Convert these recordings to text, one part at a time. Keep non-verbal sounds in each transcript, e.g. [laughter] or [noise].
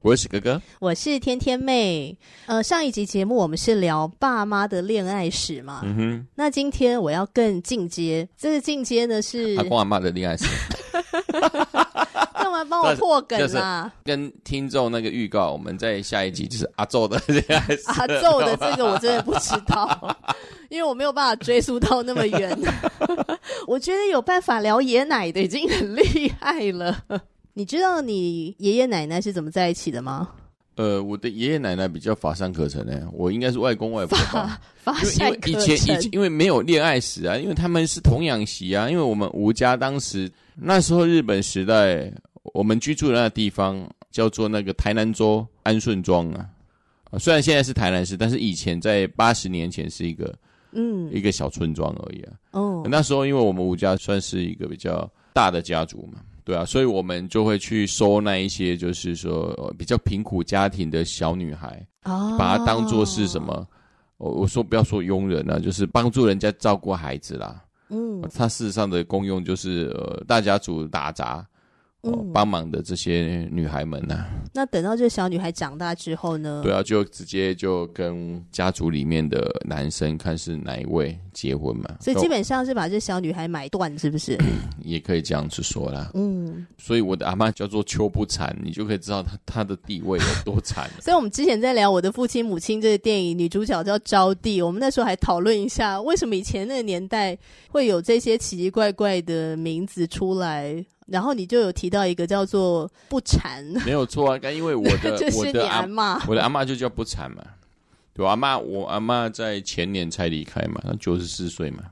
我是史哥哥，我是甜甜妹。呃，上一集节目我们是聊爸妈的恋爱史嘛，嗯哼，那今天我要更进阶，这个进阶呢是阿公阿妈的恋爱史，干嘛帮我破梗啊啦？跟听众那个预告，我们在下一集就是阿宙的恋 [laughs] 爱史。啊，揍的这个我真的不知道， [laughs] 因为我没有办法追溯到那么远。我觉得有办法聊爷奶的已经很厉害了。你知道你爷爷奶奶是怎么在一起的吗？呃，我的爷爷奶奶比较乏善可陈呢、我应该是外公外婆吧，发因晒为因为以前以前因为没有恋爱史啊，因为他们是童养媳啊，因为我们吴家当时那时候日本时代，我们居住的那个地方叫做那个台南州安顺庄啊。啊虽然现在是台南市，但是以前在八十年前是一个嗯一个小村庄而已啊。哦那时候因为我们吴家算是一个比较大的家族嘛，对啊，所以我们就会去收那一些就是说、呃比较贫苦家庭的小女孩，哦，把她当做是什？么？我、我说不要说佣人啊，就是帮助人家照顾孩子啦。嗯她事实上的功用就是呃大家族打杂。哦嗯帮忙的这些女孩们呐、那等到这个小女孩长大之后呢？对啊，就直接就跟家族里面的男生看是哪一位结婚嘛，所以基本上是把这小女孩买断，是不是？ [laughs] 也可以这样子说啦。嗯，所以我的阿妈叫做秋不惨，你就可以知道她她的地位有多惨 [laughs] 所以我们之前在聊《我的父亲母亲》这个电影，女主角叫招娣，我们那时候还讨论一下，为什么以前那个年代会有这些奇奇怪怪的名字出来。然后你就有提到一个叫做“不缠没有错啊。但因为我”， [laughs] 的这我是你的阿阿妈。我的阿妈就叫不惨嘛，对我阿妈我阿妈在前年才离开嘛，她九十四岁嘛，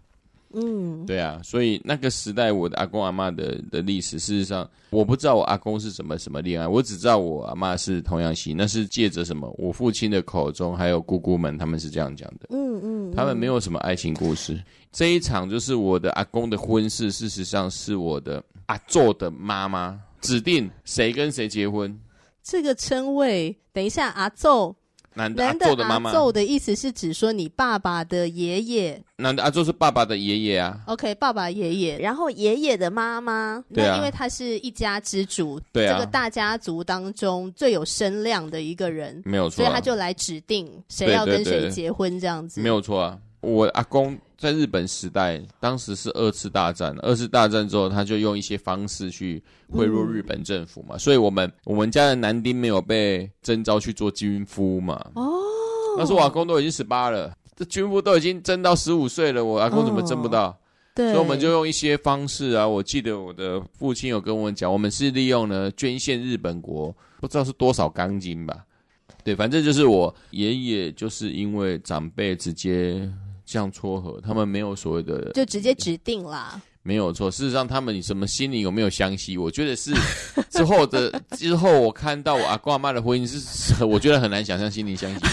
嗯，对啊，所以那个时代我的阿公阿妈的的历史，事实上我不知道我阿公是什么什么恋爱，我只知道我阿妈是童养媳，那是借着什么我父亲的口中，还有姑姑们他们是这样讲的。嗯嗯，他们没有什么爱情故事。这一场就是我的阿公的婚事，事实上是我的阿宙的妈妈指定谁跟谁结婚，这个称谓。等一下，阿奏，男的阿男的宙的妈阿妈，奏的意思是指说你爸爸的爷爷男的阿啊宙是爸爸的爷爷啊， ，OK，爸爸爷爷，然后爷爷的妈妈，对啊那因为他是一家之主，对这个啊，大家族当中最有声量的一个人，没有所错、以啊，他就来指定谁对要跟对谁对结婚这样子。没有错啊。我阿公在日本时代，当时是二次大战，二次大战之后，他就用一些方式去贿嗯赂日本政府嘛，所以我们我们家的男丁没有被征召去做军夫嘛。哦，那时候我阿公都已经十八了，这军夫都已经征到十五岁了，我阿公怎么征不到？对，所以我们就用一些方式啊，我记得我的父亲有跟我们讲，我们是利用呢捐献日本国，不知道是多少钢筋吧。对，反正就是我爷爷就是因为长辈直接这样撮合，他们没有所谓的就直接指定啦。没有错。事实上，他们什么心里有没有相惜，我觉得是之后的之后，我看到我阿公阿妈的婚姻是是， [laughs] 我觉得很难想象心灵相惜的。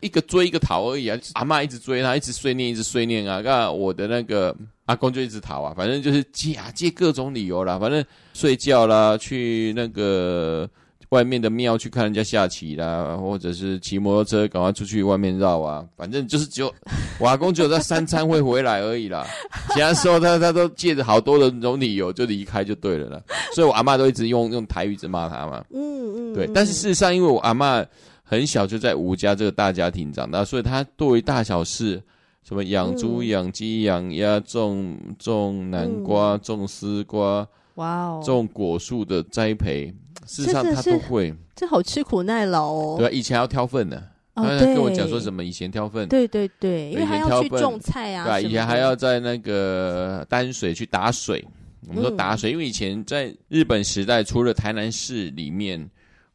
一个追一个逃而已啊，阿妈一直追他，一直碎念，一直碎念啊。那我的那个阿公就一直逃啊，反正就是借啊借各种理由啦，反正睡觉啦，去那个外面的庙去看人家下棋啦，或者是骑摩托车赶快出去外面绕啊，反正就是只有我阿公只有在三餐会回来而已啦， [laughs] 其他时候他他都借着好多的那种理由就离开就对了 [laughs] 啦，所以我阿妈都一直用用台语一直骂他嘛，嗯嗯，对，嗯但是事实上因为我阿妈很小就在吴家这个大家庭长大，所以她对于大小事。什么养猪、嗯养鸡、养鸭、种种南瓜、种丝瓜、哇嗯哦，种果树的栽培，事实上真的他是都会。这好吃苦耐劳哦。对、啊，以前还要挑粪呢、哦，他对，跟我讲说什么以前挑粪，对对对，因为以前还要去挑粪种菜啊对、啊，什么的，以前还要在那个淡水去打水。我嗯们说打水，因为以前在日本时代，除了台南市里面，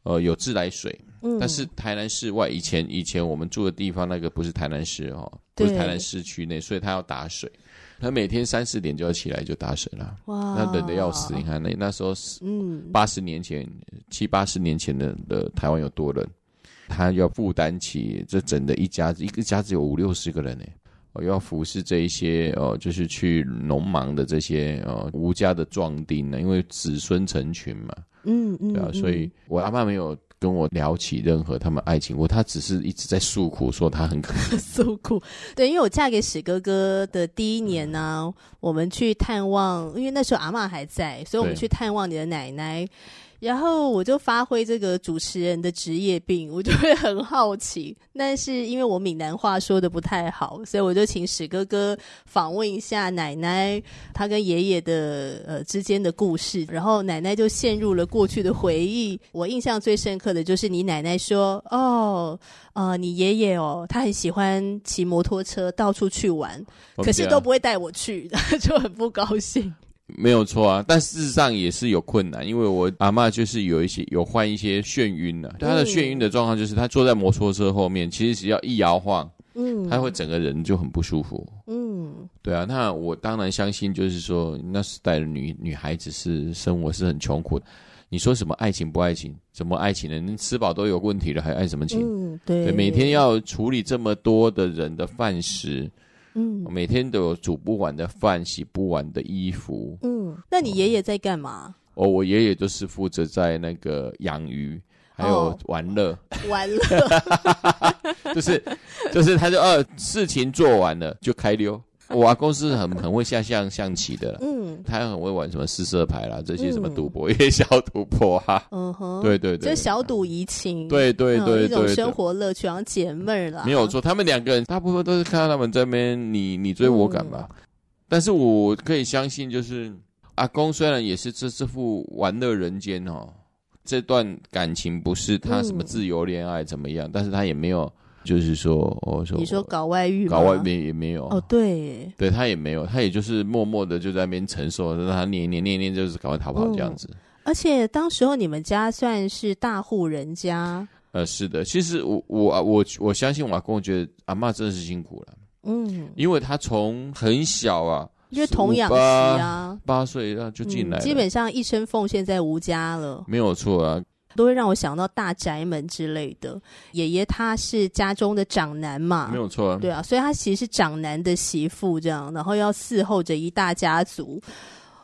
呃，有自来水，嗯，但是台南市外以前以前我们住的地方那个不是台南市哦，不是对台南市区内，所以他要打水，他每天三四点就要起来就打水了，哇，那冷的要死。哦你看那那时候是嗯，八十年前七八十年前的的台湾有多冷，他要负担起这整的一家子，一个家子有五六十个人呢。哦，要服侍这一些哦，就是去农忙的这些哦吴家的壮丁呢，因为子孙成群嘛，嗯嗯，对啊，嗯所以我阿妈没有跟我聊起任何他们爱情过，她只是一直在诉苦，说她很可怜。 so cool。对，因为我嫁给史哥哥的第一年呢、我们去探望，因为那时候阿嬷还在，所以我们对去探望你的奶奶。然后我就发挥这个主持人的职业病，我就会很好奇。但是因为我闽南话说的不太好，所以我就请史哥哥访问一下奶奶她跟爷爷的呃之间的故事。然后奶奶就陷入了过去的回忆。我印象最深刻的就是你奶奶说：“哦，呃，你爷爷哦，他很喜欢骑摩托车到处去玩，我 [laughs] 们可是家都不会带我去， [laughs] 就很不高兴。没有错啊，但事实上也是有困难，因为我阿妈就是有一些有患一些眩晕啊，她的眩晕的状况就是她坐在摩托车后面，其实只要一摇晃，嗯她会整个人就很不舒服。嗯对啊，那我当然相信，就是说那时代的女女孩子是生活是很穷苦的。你说什么爱情不爱情？什么爱情呢？你吃饱都有问题了，还爱什么情？嗯，对对，每天要处理这么多的人的饭食，嗯每天都有煮不完的饭、洗不完的衣服。嗯，那你爷爷在干嘛？哦，我爷爷都是负责在那个养鱼，还有哦玩乐，玩乐就是就是他就呃事情做完了就开溜。我阿公是很很会下象象棋的啦， [laughs] 嗯他很会玩什么四色牌啦，这些什么嗯赌博、也小赌博啊，嗯哼，，对对对，就是小赌怡情，对对嗯对一种对生对。活乐趣，好像解闷儿啊啦。没有错，他们两个人大部分都是看到他们这边你你追我赶吧。但嗯是我可以相信，就是阿公虽然也是这这副玩乐人间哦，这段感情不是他什么嗯自由恋爱怎么样，但是他也没有就是说我说你说搞外遇吗搞外？面也没有。哦，对耶，对他也没有，他也就是默默的就在那边承受，让他念一念念一念，就是赶快逃哦跑这样子。而且当时候你们家算是大户人家，呃，是的，其实我我我我相信我阿公觉得阿嬷真的是辛苦了，嗯，因为他从很小啊，因为童养媳18啊，八岁那就进来嗯了、基本上一生奉献在吴家了。没有错啊。都会让我想到大宅门之类的。爷爷他是家中的长男嘛，没有错啊。对啊，所以他其实是长男的媳妇这样，然后要伺候着一大家族，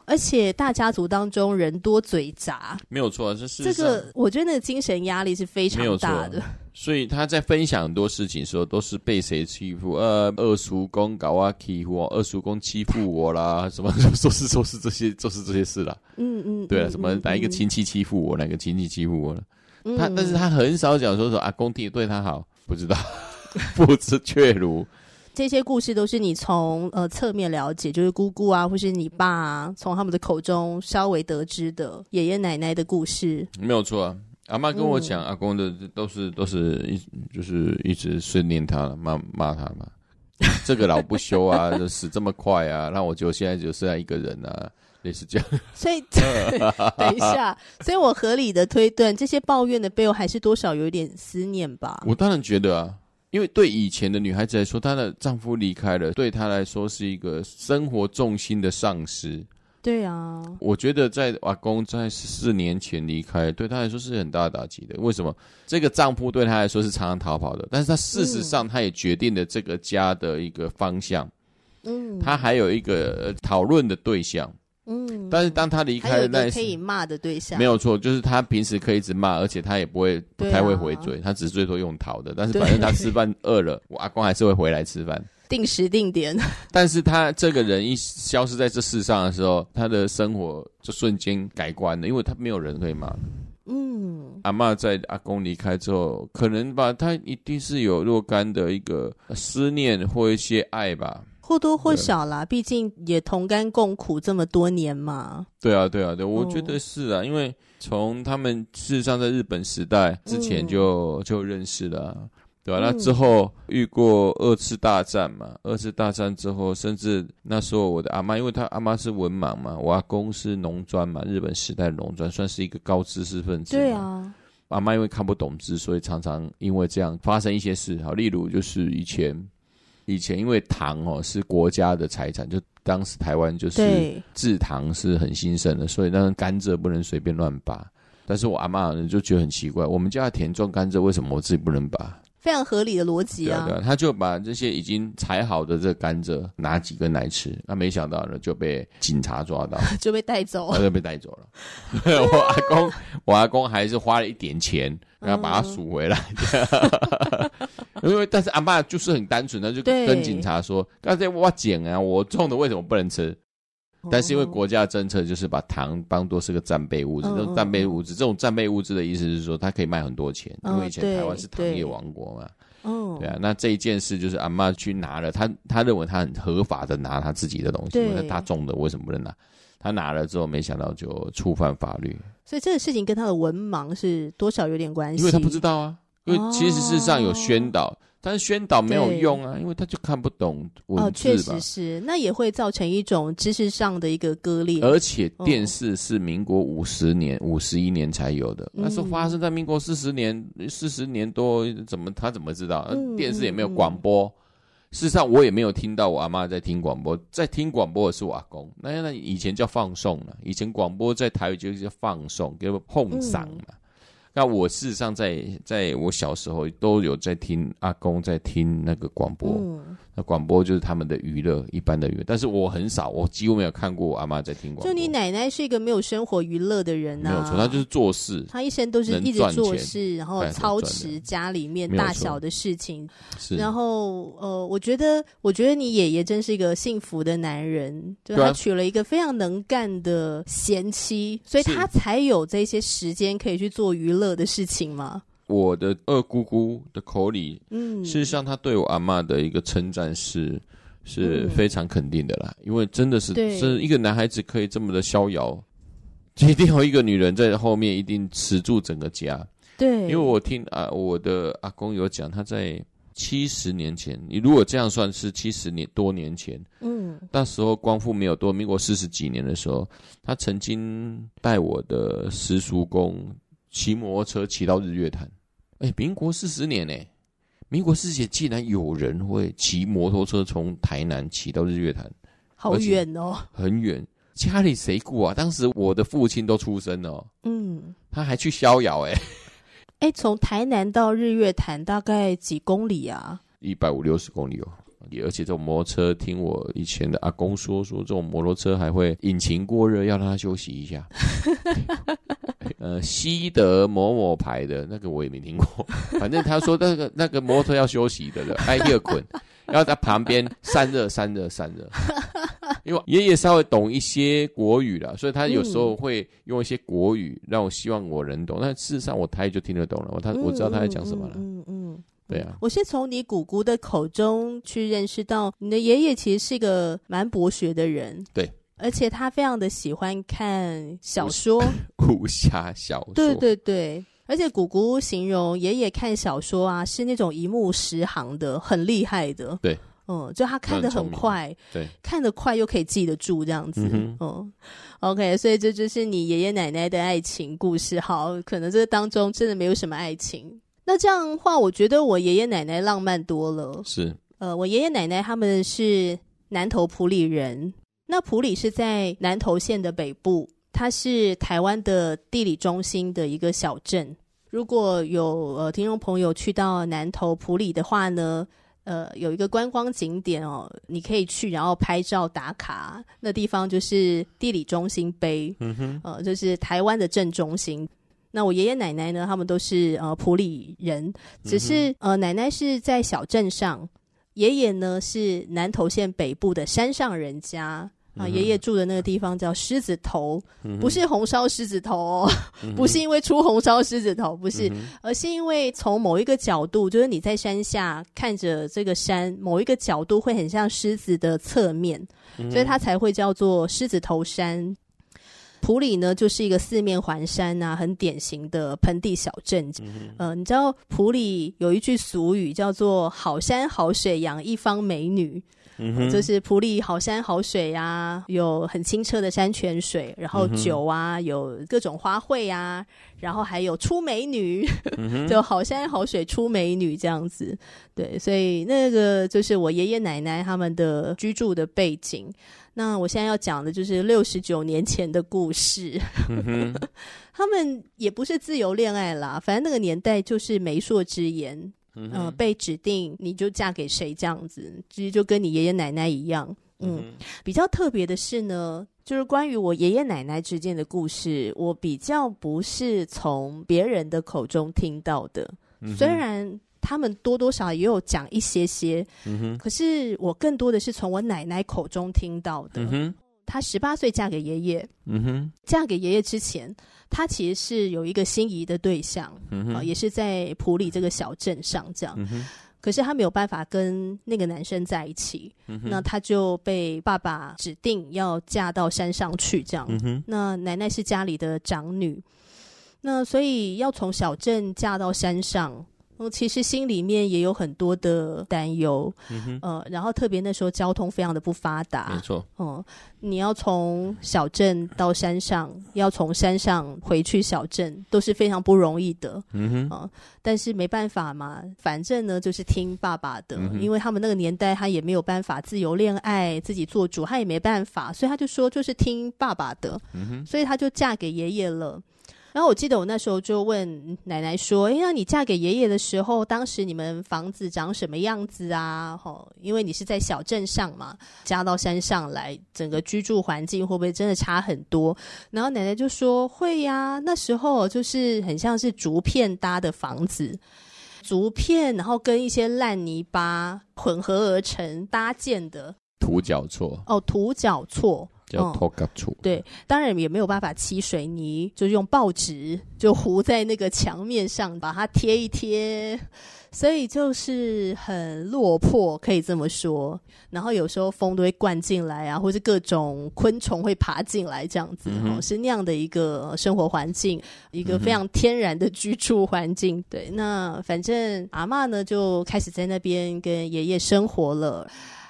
而且大家族当中人多嘴杂，没有错啊，这事这实上，个我觉得那个精神压力是非没常有错大的。所以他在分享很多事情的时候，都是被谁欺负？呃，二叔公搞我欺负我，二叔公欺负我啦， [laughs] 什么说是说是这些，就是这些事啦。嗯嗯，对嗯啊，什么哪一个？亲戚欺负我，哪个亲戚欺负我了？嗯嗯他但是他很少讲说说啊，公弟对他好，不知道， [laughs] 不知确如。这些故事都是你从呃侧面了解，就是姑姑啊，或是你爸啊，从他们的口中稍微得知的爷爷奶奶的故事。没有错啊。阿妈跟我讲，阿公的都是都是一就是一直训练他了，骂骂他嘛。这个老不休啊，这死这么快啊，那我就现在就剩下一个人啊，类似这样。所以， [laughs] 等一下，所以我合理的推断，这些抱怨的背后还是多少有一点思念吧。我当然觉得啊，因为对以前的女孩子来说，她的丈夫离开了，对她来说是一个生活重心的丧失。对啊，我觉得在阿公在四年前离开，对她来说是很大的打击的。为什么？这个丈夫对她来说是常常逃跑的，但是她事实上，她也决定了这个家的一个方向。嗯，他还有一个呃讨论的对象，嗯，但是当他离还开有了一个那可以骂的对象，没有错，就是他平时可以一直骂，而且他也不会不对啊太会回嘴，他只是最多用逃的。但是对反正他吃饭饿了，我阿公还是会回来 [laughs] 吃饭。定时定点。 [laughs] 但是他这个人一消失在这世上的时候，他的生活就瞬间改观了，因为他没有人可以骂。嗯阿嬷在阿公离开之后，可能吧，他一定是有若干的一个呃思念或一些爱吧。或多或少啦，毕竟也同甘共苦这么多年嘛。对啊，对啊，对，我嗯觉得是啊，因为从他们事实上在日本时代之前就、就认识了啊、对吧、嗯那之后遇过二次大战嘛，二次大战之后，甚至那时候我的阿妈，因为她阿妈是文盲嘛，我阿公是农专嘛，日本时代的农专算是一个高知识分子。对，啊，阿妈因为看不懂字，所以常常因为这样发生一些事。好，例如就是以前，以前因为糖哦是国家的财产，就当时台湾就是对，制糖是很兴盛的，所以那甘蔗不能随便乱拔。但是我阿妈就觉得很奇怪，我们家的田种甘蔗，为什么我自己不能拔？非常合理的逻辑对啊，啊对。啊，他就把这些已经采好的这甘蔗拿几根来吃，那没想到呢就被警察抓到， [laughs] 就被带走他。就被带走了。啊 [laughs] 我阿公，我阿公还是花了一点钱，然后把嗯他赎回来。 [laughs] 因为但是阿爸就是很单纯，他就对跟警察说：“刚才我捡啊，我种的为什么不能吃？” [laughs] 哦但是因为国家的政策就是把糖当做是个战备物资，嗯这种战备物资，这种战备物资的意思是说它可以卖很多钱，因为以嗯对前台湾是糖业王国嘛。哦，对啊，那这一件事就是阿嬷去拿了，她她认为她很合法的拿她自己的东西，对那她种的为什么不能拿？她拿了之后，没想到就触犯法律，所以这个事情跟他的文盲是多少有点关系，因为她不知道啊，因为其实事实上有宣导，但是宣导没有哦对用啊，因为她就看不懂哦，文确字嘛。实是，那也会造成一种知识上的一个割裂。而且电视是民国五十年、五十一年才有的，哦嗯那是发生在民国四十年、四十年多，怎么她怎么知道？嗯电视也没有嗯嗯广播。事实上，我也没有听到我阿妈在听广播，在听广播的是我阿公。那那以前叫放送了，以前广播在台语就是叫放送，叫碰嗓嘛。嗯那我事实上在在我小时候都有在听阿公在听那个广播，嗯，那广播就是他们的娱乐，一般的娱乐。但是我很少，我几乎没有看过我阿妈在听广播。就你奶啊奶是一个没有生活娱乐的人没呐、有错，他就是做事。她一生都是能一直赚做钱事，然后哎能操赚持钱家里面没有大错小的事情，是，然后呃，我觉得，我觉得你爷爷真是一个幸福的男人，就对啊他娶了一个非常能干的贤妻，所以是他才有这些时间可以去做娱乐的事情嘛。我的二姑姑的口里，嗯，事实上她对我阿妈的一个称赞是是嗯非常肯定的啦，因为真的是对是一个男孩子可以这么的逍遥，一定有一个女人在后面一定持住整个家。对，因为我听啊、我的阿公有讲，他在七十年前，你如果这样算是七十年多年前。嗯那时候光复没有多，民国四十几年的时候，他曾经带我的师叔公骑摩托车骑到日月潭。哎、民国四十年呢、民国四十年竟然有人会骑摩托车从台南骑到日月潭，好而且远哦，很远，家里谁顾啊？当时我的父亲都出生了哦，嗯，他还去逍遥哎、哎，从台南到日月潭大概几公里啊？一百五六十公里哦。也而且这种摩托车，听我以前的阿公说，说这种摩托车还会引擎过热，要让它休息 [laughs] 一下。呃，西德某某牌的那个我也没听过， [laughs] 反正他说那个那个摩托车要休息的了，挨热滚， [laughs] 要在旁边散热散热散热。因为爷爷稍微懂一些国语了，所以他有时候会用一些国语让我希望我能懂，但事实上我台语就听得懂了，我他我知道他在讲什么了。嗯嗯嗯嗯对啊，我是从你姑姑的口中去认识到，你的爷爷其实是一个蛮博学的人。对。而且他非常的喜欢看小说，武侠小说，对对对，而且姑姑形容爷爷看小说啊，是那种一目十行的，很厉害的。对，嗯，就他看得很快，对，看得快又可以记得住这样子。嗯嗯 o k 所以这就是你爷爷奶奶的爱情故事。好，可能这当中真的没有什么爱情。那这样的话，我觉得我爷爷奶奶浪漫多了。是呃，我爷爷奶奶他们是南投埔里人，那埔里是在南投县的北部，它是台湾的地理中心的一个小镇。如果有呃听众朋友去到南投埔里的话呢，呃，有一个观光景点哦，你可以去，然后拍照打卡。那地方就是地理中心碑，嗯哼，呃，就是台湾的正中心。那我爷爷奶奶呢，他们都是呃埔里人，只是、呃奶奶是在小镇上，爷爷呢是南投县北部的山上人家。啊，爷爷住的那个地方叫狮子头，不是红烧狮子头哦，不是因为出红烧狮子头，不是，而是因为从某一个角度，就是你在山下看着这个山，某一个角度会很像狮子的侧面，嗯所以它才会叫做狮子头山。普里呢，就是一个四面环山啊，很典型的盆地小镇。呃，你知道普里有一句俗语叫做“好山好水养一方美女”，嗯呃就是普里好山好水啊，有很清澈的山泉水，然后嗯哼酒啊，有各种花卉啊，然后还有出美女，嗯 [laughs] 就好山好水出美女这样子。对，所以那个就是我爷爷奶奶他们的居住的背景。那我现在要讲的就是六十九年前的故事。嗯 [laughs] 他们也不是自由恋爱啦，反正那个年代就是媒妁之言，嗯呃，哼被指定你就嫁给谁这样子，其实就跟你爷爷奶奶一样。嗯，哼比较特别的是呢，就是关于我爷爷奶奶之间的故事，我比较不是从别人的口中听到的，嗯哼虽然。他们多多少少也有讲一些些，嗯哼可是我更多的是从我奶奶口中听到的嗯。哼她十八岁嫁给爷爷，嗯哼嫁给爷爷之前，她其实是有一个心仪的对象，嗯啊、哼也是在普里这个小镇上这样。嗯哼可是她没有办法跟那个男生在一起，嗯哼那她就被爸爸指定要嫁到山上去这样。嗯哼那奶奶是家里的长女，那所以要从小镇嫁到山上。我其实心里面也有很多的担忧，嗯哼，呃，然后特别那时候交通非常的不发达没，错，哦、你要从小镇到山上，要从山上回去小镇，都是非常不容易的。嗯哼哦但是没办法嘛，反正呢就是听爸爸的，嗯哼因为他们那个年代他也没有办法自由恋爱、自己做主，他也没办法，所以他就说就是听爸爸的，嗯哼所以他就嫁给爷爷了。然后我记得我那时候就问奶奶说：“哎，那你嫁给爷爷的时候，当时你们房子长什么样子啊？吼，因为你是在小镇上嘛，嫁到山上来，整个居住环境会不会真的差很多？”然后奶奶就说：“会呀、那时候就是很像是竹片搭的房子，竹片，然后跟一些烂泥巴混合而成搭建的，土脚错哦，土脚错，叫嗯土脚错，对，当然也没有办法漆水泥，就是用报纸就糊在那个墙面上，把它贴一贴，所以就是很落魄，可以这么说。然后有时候风都会灌进来啊，或是各种昆虫会爬进来，这样子、嗯哼哦，是那样的一个呃生活环境，一个嗯哼非常天然的居住环境。对，那反正阿嬷呢就开始在那边跟爷爷生活了。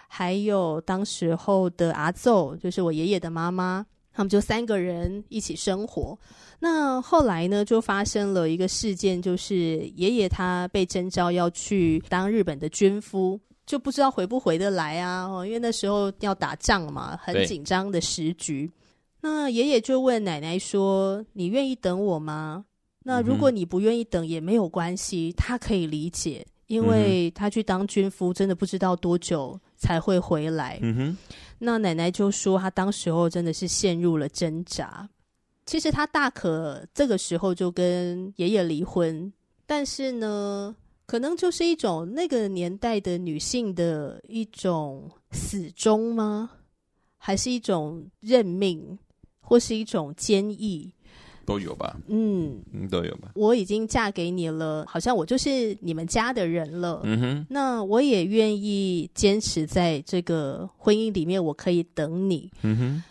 还有当时候的阿奏，就是我爷爷的妈妈，他们就三个人一起生活。那后来呢，就发生了一个事件，就是爷爷他被征召要去当日本的军夫。就不知道回不回得来啊，哦，因为那时候要打仗嘛，很对紧张的时局。那爷爷就问奶奶说：“你愿意等我吗？”那如果嗯你不愿意等也没有关系，他可以理解，因嗯哼为他去当军夫真的不知道多久才会回来。嗯哼那奶奶就说，她当时候真的是陷入了挣扎。其实她大可这个时候就跟爷爷离婚，但是呢，可能就是一种那个年代的女性的一种死忠吗？还是一种认命，或是一种坚毅？都有吧，嗯，嗯都有吧，我已经嫁给你了，好像我就是你们家的人了。嗯哼那我也愿意坚持在这个婚姻里面，我可以等你。嗯哼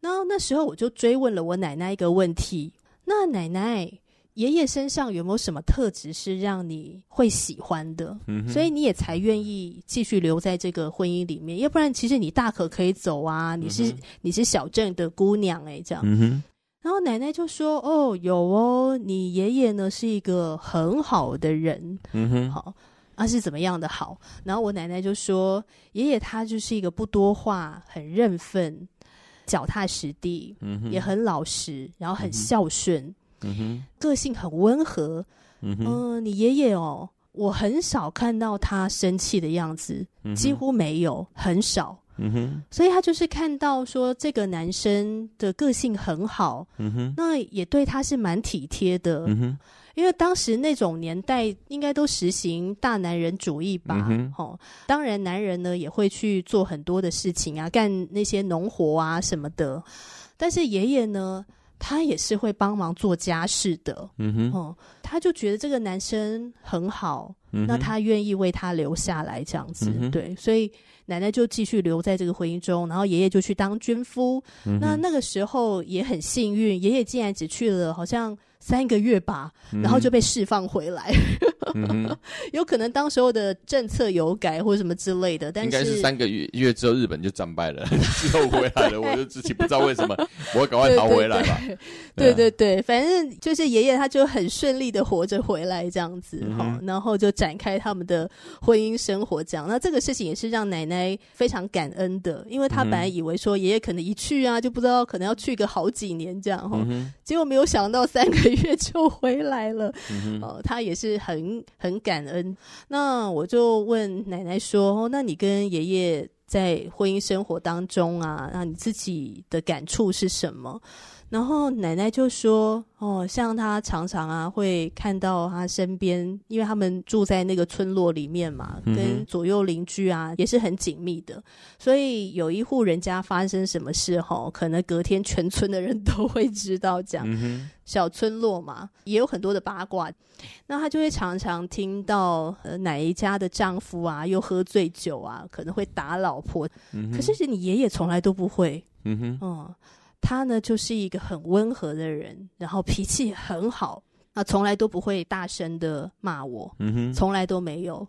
然后那时候我就追问了我奶奶一个问题：那奶奶，爷爷身上有没有什么特质是让你会喜欢的？嗯哼，所以你也才愿意继续留在这个婚姻里面，要不然其实你大可可以走啊，你是、嗯哼你是小镇的姑娘哎、这样。嗯哼然后奶奶就说：“哦，有哦，你爷爷呢是一个很好的人，嗯哼好，啊是怎么样的好？”然后我奶奶就说：“爷爷他就是一个不多话，很认份，脚踏实地，嗯哼也很老实，然后很嗯哼孝顺，嗯哼个性很温和。嗯哼嗯、你爷爷哦，我很少看到他生气的样子，嗯哼几乎没有，很少。嗯哼所以他就是看到说这个男生的个性很好，嗯哼那也对他是蛮体贴的，嗯哼因为当时那种年代应该都实行大男人主义吧。嗯哼哦，当然男人呢也会去做很多的事情啊，干那些农活啊什么的，但是爷爷呢，他也是会帮忙做家事的。嗯哼哦，他就觉得这个男生很好，嗯哼，那他愿意为他留下来这样子，嗯哼对，所以奶奶就继续留在这个婚姻中，然后爷爷就去当军夫，嗯哼那那个时候也很幸运，爷爷竟然只去了好像三个月吧，然后就被释放回来。 [laughs] 嗯哼有可能当时候的政策有改或者什么之类的， [laughs] 但应该是是三个月月之后日本就战败 [laughs] 了，之后回来了，我就自己不知道为什么，我赶快逃回来吧。对啊对对，反正就是爷爷他就很顺利的活着回来这样子嗯哈、哼然后就展开他们的婚姻生活这样。那这个事情也是让奶奶非常感恩的，因嗯为她本来以为说爷爷可能一去啊就不知道可能要去个好几年这样哈、嗯哼，结果没有想到三个月就回来了，嗯哼，呃，他也是很很感恩。那我就问奶奶说：“哦，那你跟爷爷在婚姻生活当中啊，那你自己的感触是什么？”然后奶奶就说：“哦，像他常常啊会看到他身边，因为他们住在那个村落里面嘛，嗯哼跟左右邻居啊也是很紧密的，所以有一户人家发生什么事吼，可能隔天全村的人都会知道这样。嗯哼，小村落嘛，也有很多的八卦。那她就会常常听到呃哪一家的丈夫啊，又喝醉酒啊，可能会打老婆。嗯哼，可是你爷爷从来都不会，嗯哼，嗯，他呢就是一个很温和的人，然后脾气很好，那从来都不会大声的骂我，嗯哼，从来都没有，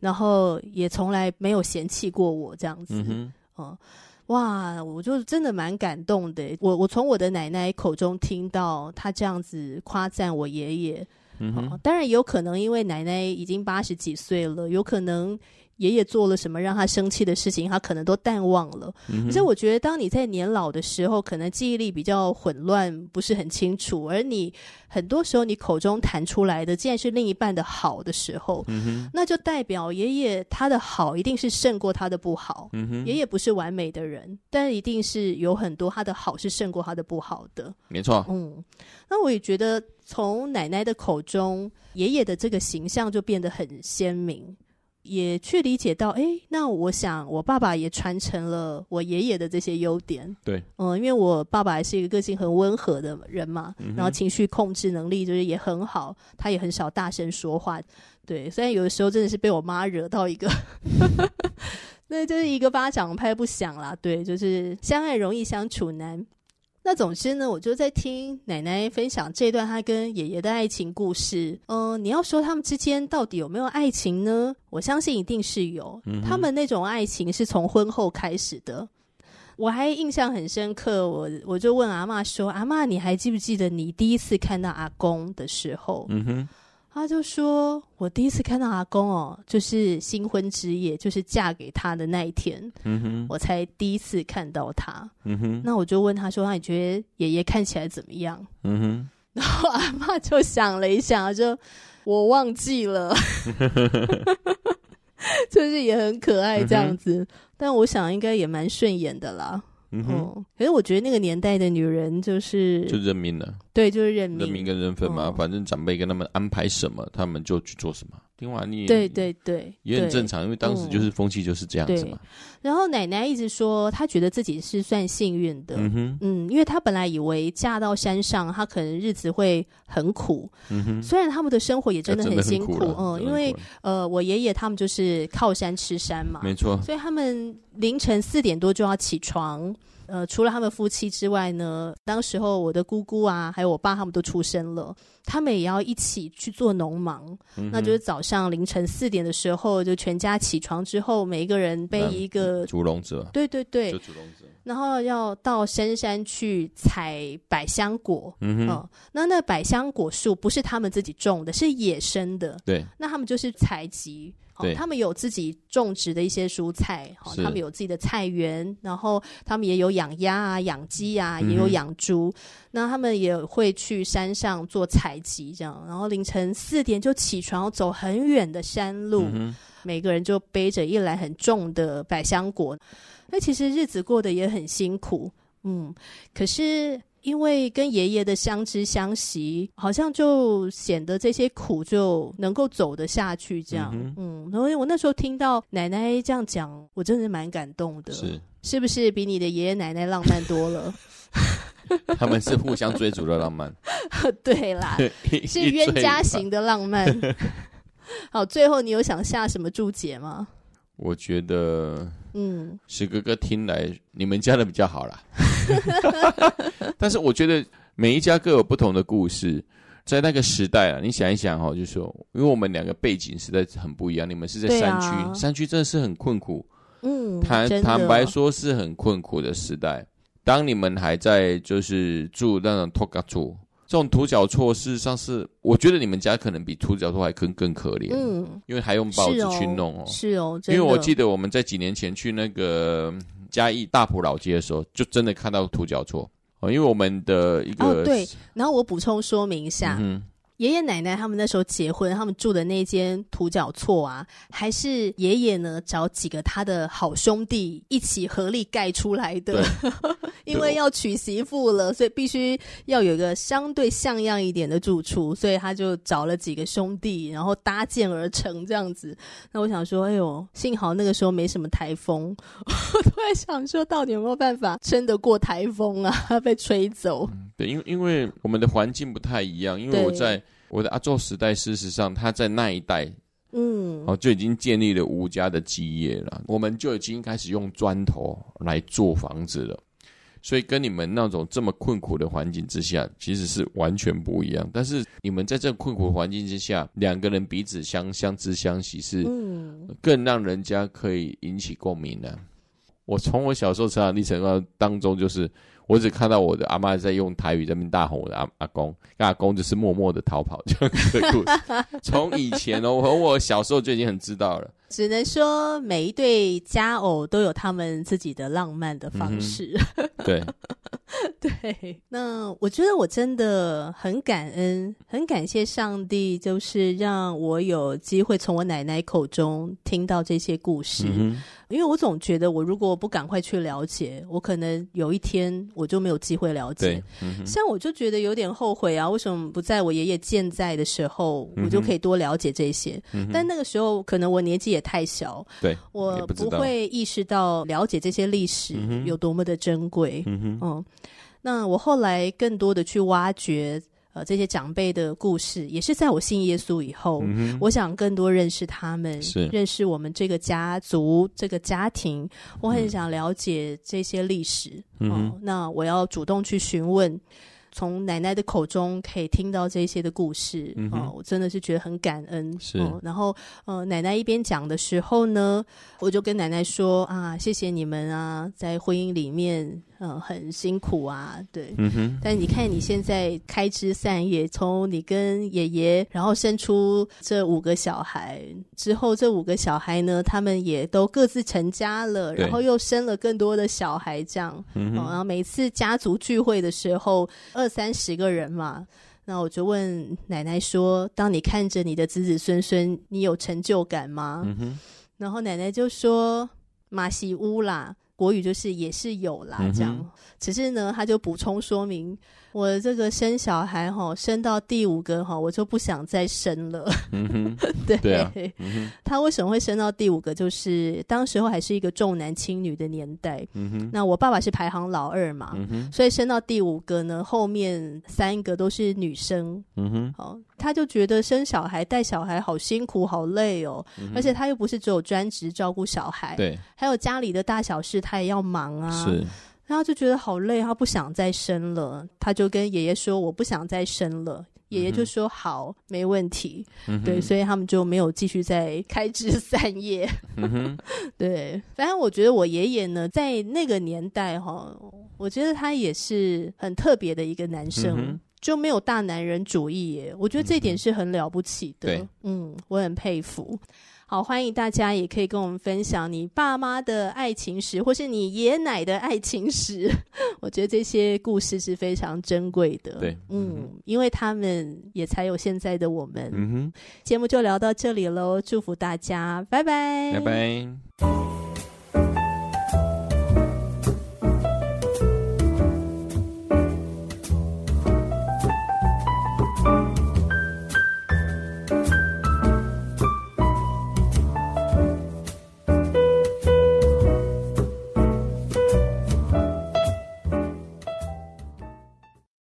然后也从来没有嫌弃过我这样子。嗯哼，嗯，哇，我就真的蛮感动的。欸我我从我的奶奶口中听到她这样子夸赞我爷爷、嗯哦哼，当然也有可能因为奶奶已经八十几岁了，有可能爷爷做了什么让她生气的事情，她可能都淡忘了。嗯可哼是我觉得，当你在年老的时候，可能记忆力比较混乱，不是很清楚，而你很多时候你口中谈出来的，既然是另一半的好的时候，嗯哼，那就代表爷爷他的好一定是胜过他的不好。嗯哼，爷爷不是完美的人，但一定是有很多他的好是胜过他的不好的。没错，嗯，那我也觉得从奶奶的口中，爷爷的这个形象就变得很鲜明，也去理解到，哎，那我想我爸爸也传承了我爷爷的这些优点。对，嗯，因为我爸爸是一个个性很温和的人嘛，嗯哼然后情绪控制能力就是也很好，他也很少大声说话。对，虽然有的时候真的是被我妈惹到一个，那就是一个巴掌拍不响啦。对，就是相爱容易相处难。那总之呢，我就在听奶奶分享这段她跟爷爷的爱情故事。嗯、你要说他们之间到底有没有爱情呢？我相信一定是有。嗯哼他们那种爱情是从婚后开始的。我还印象很深刻，我我就问阿嬷说：“阿嬷，你还记不记得你第一次看到阿公的时候？”嗯哼，他就说：“我第一次看到阿公哦，就是新婚之夜，就是嫁给他的那一天，嗯哼，我才第一次看到他。嗯哼，那我就问他说：‘那你觉得爷爷看起来怎么样 [laughs] 嗯哼，？’阿妈就想了一想，就我忘记了， [laughs] 就是也很可爱这样子。但我想应该也蛮顺眼的啦。嗯哼，哦，可是我觉得那个年代的女人就是就认命了。对，就是认人民命。跟人分嘛，嗯反正长辈跟他们安排什么，他们就去做什么。听完你也对对对，也很对正常，因为当时就是风气就是这样子嘛。然后奶奶一直说，她觉得自己是算幸运的。嗯嗯哼，因为她本来以为嫁到山上，她可能日子会很苦。嗯哼，虽然他们的生活也真的真很的辛苦，苦啊嗯，了，真的很因为苦了呃，我爷爷他们就是靠山吃山嘛，没错，所以他们凌晨四点多就要起床。呃，除了他们夫妻之外呢，当时候我的姑姑啊，还有我爸他们都出生了，他们也要一起去做农忙。嗯哼那就是早上凌晨四点的时候，就全家起床之后，每一个人背一个，竹笼子嘛，对对对就，竹笼子。然后要到深山去采百香果。嗯哼，嗯，那那百香果树不是他们自己种的，是野生的。对，那他们就是采集，哦对他们有自己种植的一些蔬菜，哦，是他们有自己的菜园，然后他们也有养鸭啊、养鸡啊，嗯哼也有养猪。那他们也会去山上做采集，这样，然后凌晨四点就起床，走很远的山路，嗯哼，每个人就背着一篮很重的百香果。那其实日子过得也很辛苦，嗯，可是。因为跟爷爷的相知相惜，好像就显得这些苦就能够走得下去，这样，嗯嗯，然后我那时候听到奶奶这样讲，我真的蛮感动的，是，是不是比你的爷爷奶奶浪漫多 [laughs] 了？他们是互相追逐的浪漫，对啦，[laughs] 一是冤家。 [laughs] 一追一吧型的浪漫。 [laughs] 好，最后你有想下什么注解吗？我觉得嗯，史哥哥听来，你们家的比较 [laughs] 好啦。但是我觉得每一家各有不同的故事。在那个时代啊，你想一想哈、哦，就是说，因为我们两个背景实在是很不一样，你们是在对山啊区，山区真的是很困苦，嗯，坦真的坦白，说是很困苦的时代。当你们还在就是住那种托嘎厝，这种土脚厝，事实上是我觉得你们家可能比土脚厝还更更可怜，嗯，因为还用报纸是哦去弄哦。是哦，因为我记得，得我们在几年前去那个嘉义大埔老街的时候，就真的看到土脚厝哦，因为我们的一个、哦对然后我补充说明一下，嗯爷爷奶奶他们那时候结婚，他们住的那间土角厝啊，还是爷爷呢找几个他的好兄弟一起合力盖出来的。 [laughs] 因为要娶媳妇了，所以必须要有一个相对像样一点的住处，所以他就找了几个兄弟，然后搭建而成这样子。那我想说，哎呦，幸好那个时候没什么台风， [laughs] 我突然想说，到底有没有办法撑得过台风啊？ [laughs] 被吹走，对，因为因为我们的环境不太一样，因为对我在我的阿宙时代，事实上他在那一代嗯，哦就已经建立了吴家的基业了，我们就已经开始用砖头来做房子了。所以跟你们那种这么困苦的环境之下，其实是完全不一样。但是你们在这种困苦的环境之下，两个人彼此相相知相惜，是呃嗯，更让人家可以引起共鸣的、我从我小时候成啊长历程当中，就是我只看到我的阿妈在用台语在那边大吼我的阿阿公，那阿公就是默默的逃跑这样子的故 [laughs] 事。从以前哦，我我小时候就已经很知道了。只能说每一对佳偶都有他们自己的浪漫的方嗯式。对， [laughs] 对，那我觉得我真的很感恩，很感谢上帝，就是让我有机会从我奶奶口中听到这些故事，嗯哼，因为我总觉得我如果不赶快去了解，我可能有一天我就没有机会了解对。，嗯哼，像我就觉得有点后悔啊，为什么不在我爷爷健在的时候，嗯哼我就可以多了解这些？嗯哼但那个时候可能我年纪也太小，对，我也不知道会意识到了解这些历史嗯哼有多么的珍贵。嗯哼，嗯，那我后来更多的去挖掘呃这些长辈的故事，也是在我信耶稣以后，嗯哼，我想更多认识他们是，认识我们这个家族、这个家庭。我很嗯想了解这些历史，嗯哼哦，那我要主动去询问。从奶奶的口中可以听到这些的故事，嗯哼哦，我真的是觉得很感恩。是哦然后呃，奶奶一边讲的时候呢，我就跟奶奶说啊，谢谢你们啊，在婚姻里面，嗯、很辛苦啊，对，嗯哼，但你看你现在开枝散叶，从你跟爷爷，然后生出这五个小孩之后，这五个小孩呢，他们也都各自成家了，对然后又生了更多的小孩，这样。嗯哦，哼，然后每次家族聚会的时候，二三十个人嘛，那我就问奶奶说：“当你看着你的子子孙孙，你有成就感吗？”嗯哼，然后奶奶就说马西乌啦，国语就是也是有啦，嗯哼这样。只是呢，他就补充说明，我这个生小孩哈，生到第五个哈，我就不想再生了。 [laughs] 嗯哼，对，对啊嗯哼，他为什么会生到第五个？就是当时候还是一个重男轻女的年代。嗯哼，那我爸爸是排行老二嘛。嗯哼，所以生到第五个呢，后面三个都是女生嗯哼，哦，他就觉得生小孩、带小孩好辛苦、好累哦，而且他又不是只有专职照顾小孩，嗯对，还有家里的大小事他也要忙啊，是，然后就觉得好累，他不想再生了，他就跟爷爷说我不想再生了。爷爷就说好，没问题，嗯对，哼，所以他们就没有继续再 [laughs] 开枝散叶。嗯哼， [laughs] 对，反正我觉得我爷爷呢，在那个年代哈，我觉得他也是很特别的一个男生，嗯哼嗯就没有大男人主义耶。我觉得这一点是很了不起的，对嗯，我很佩服。好，欢迎大家也可以跟我们分享你爸妈的爱情史，或是你爷奶的爱情史。 [laughs] 我觉得这些故事是非常珍贵的，对嗯，因为他们也才有现在的我们。嗯哼，节目就聊到这里喽，祝福大家，拜拜，拜拜。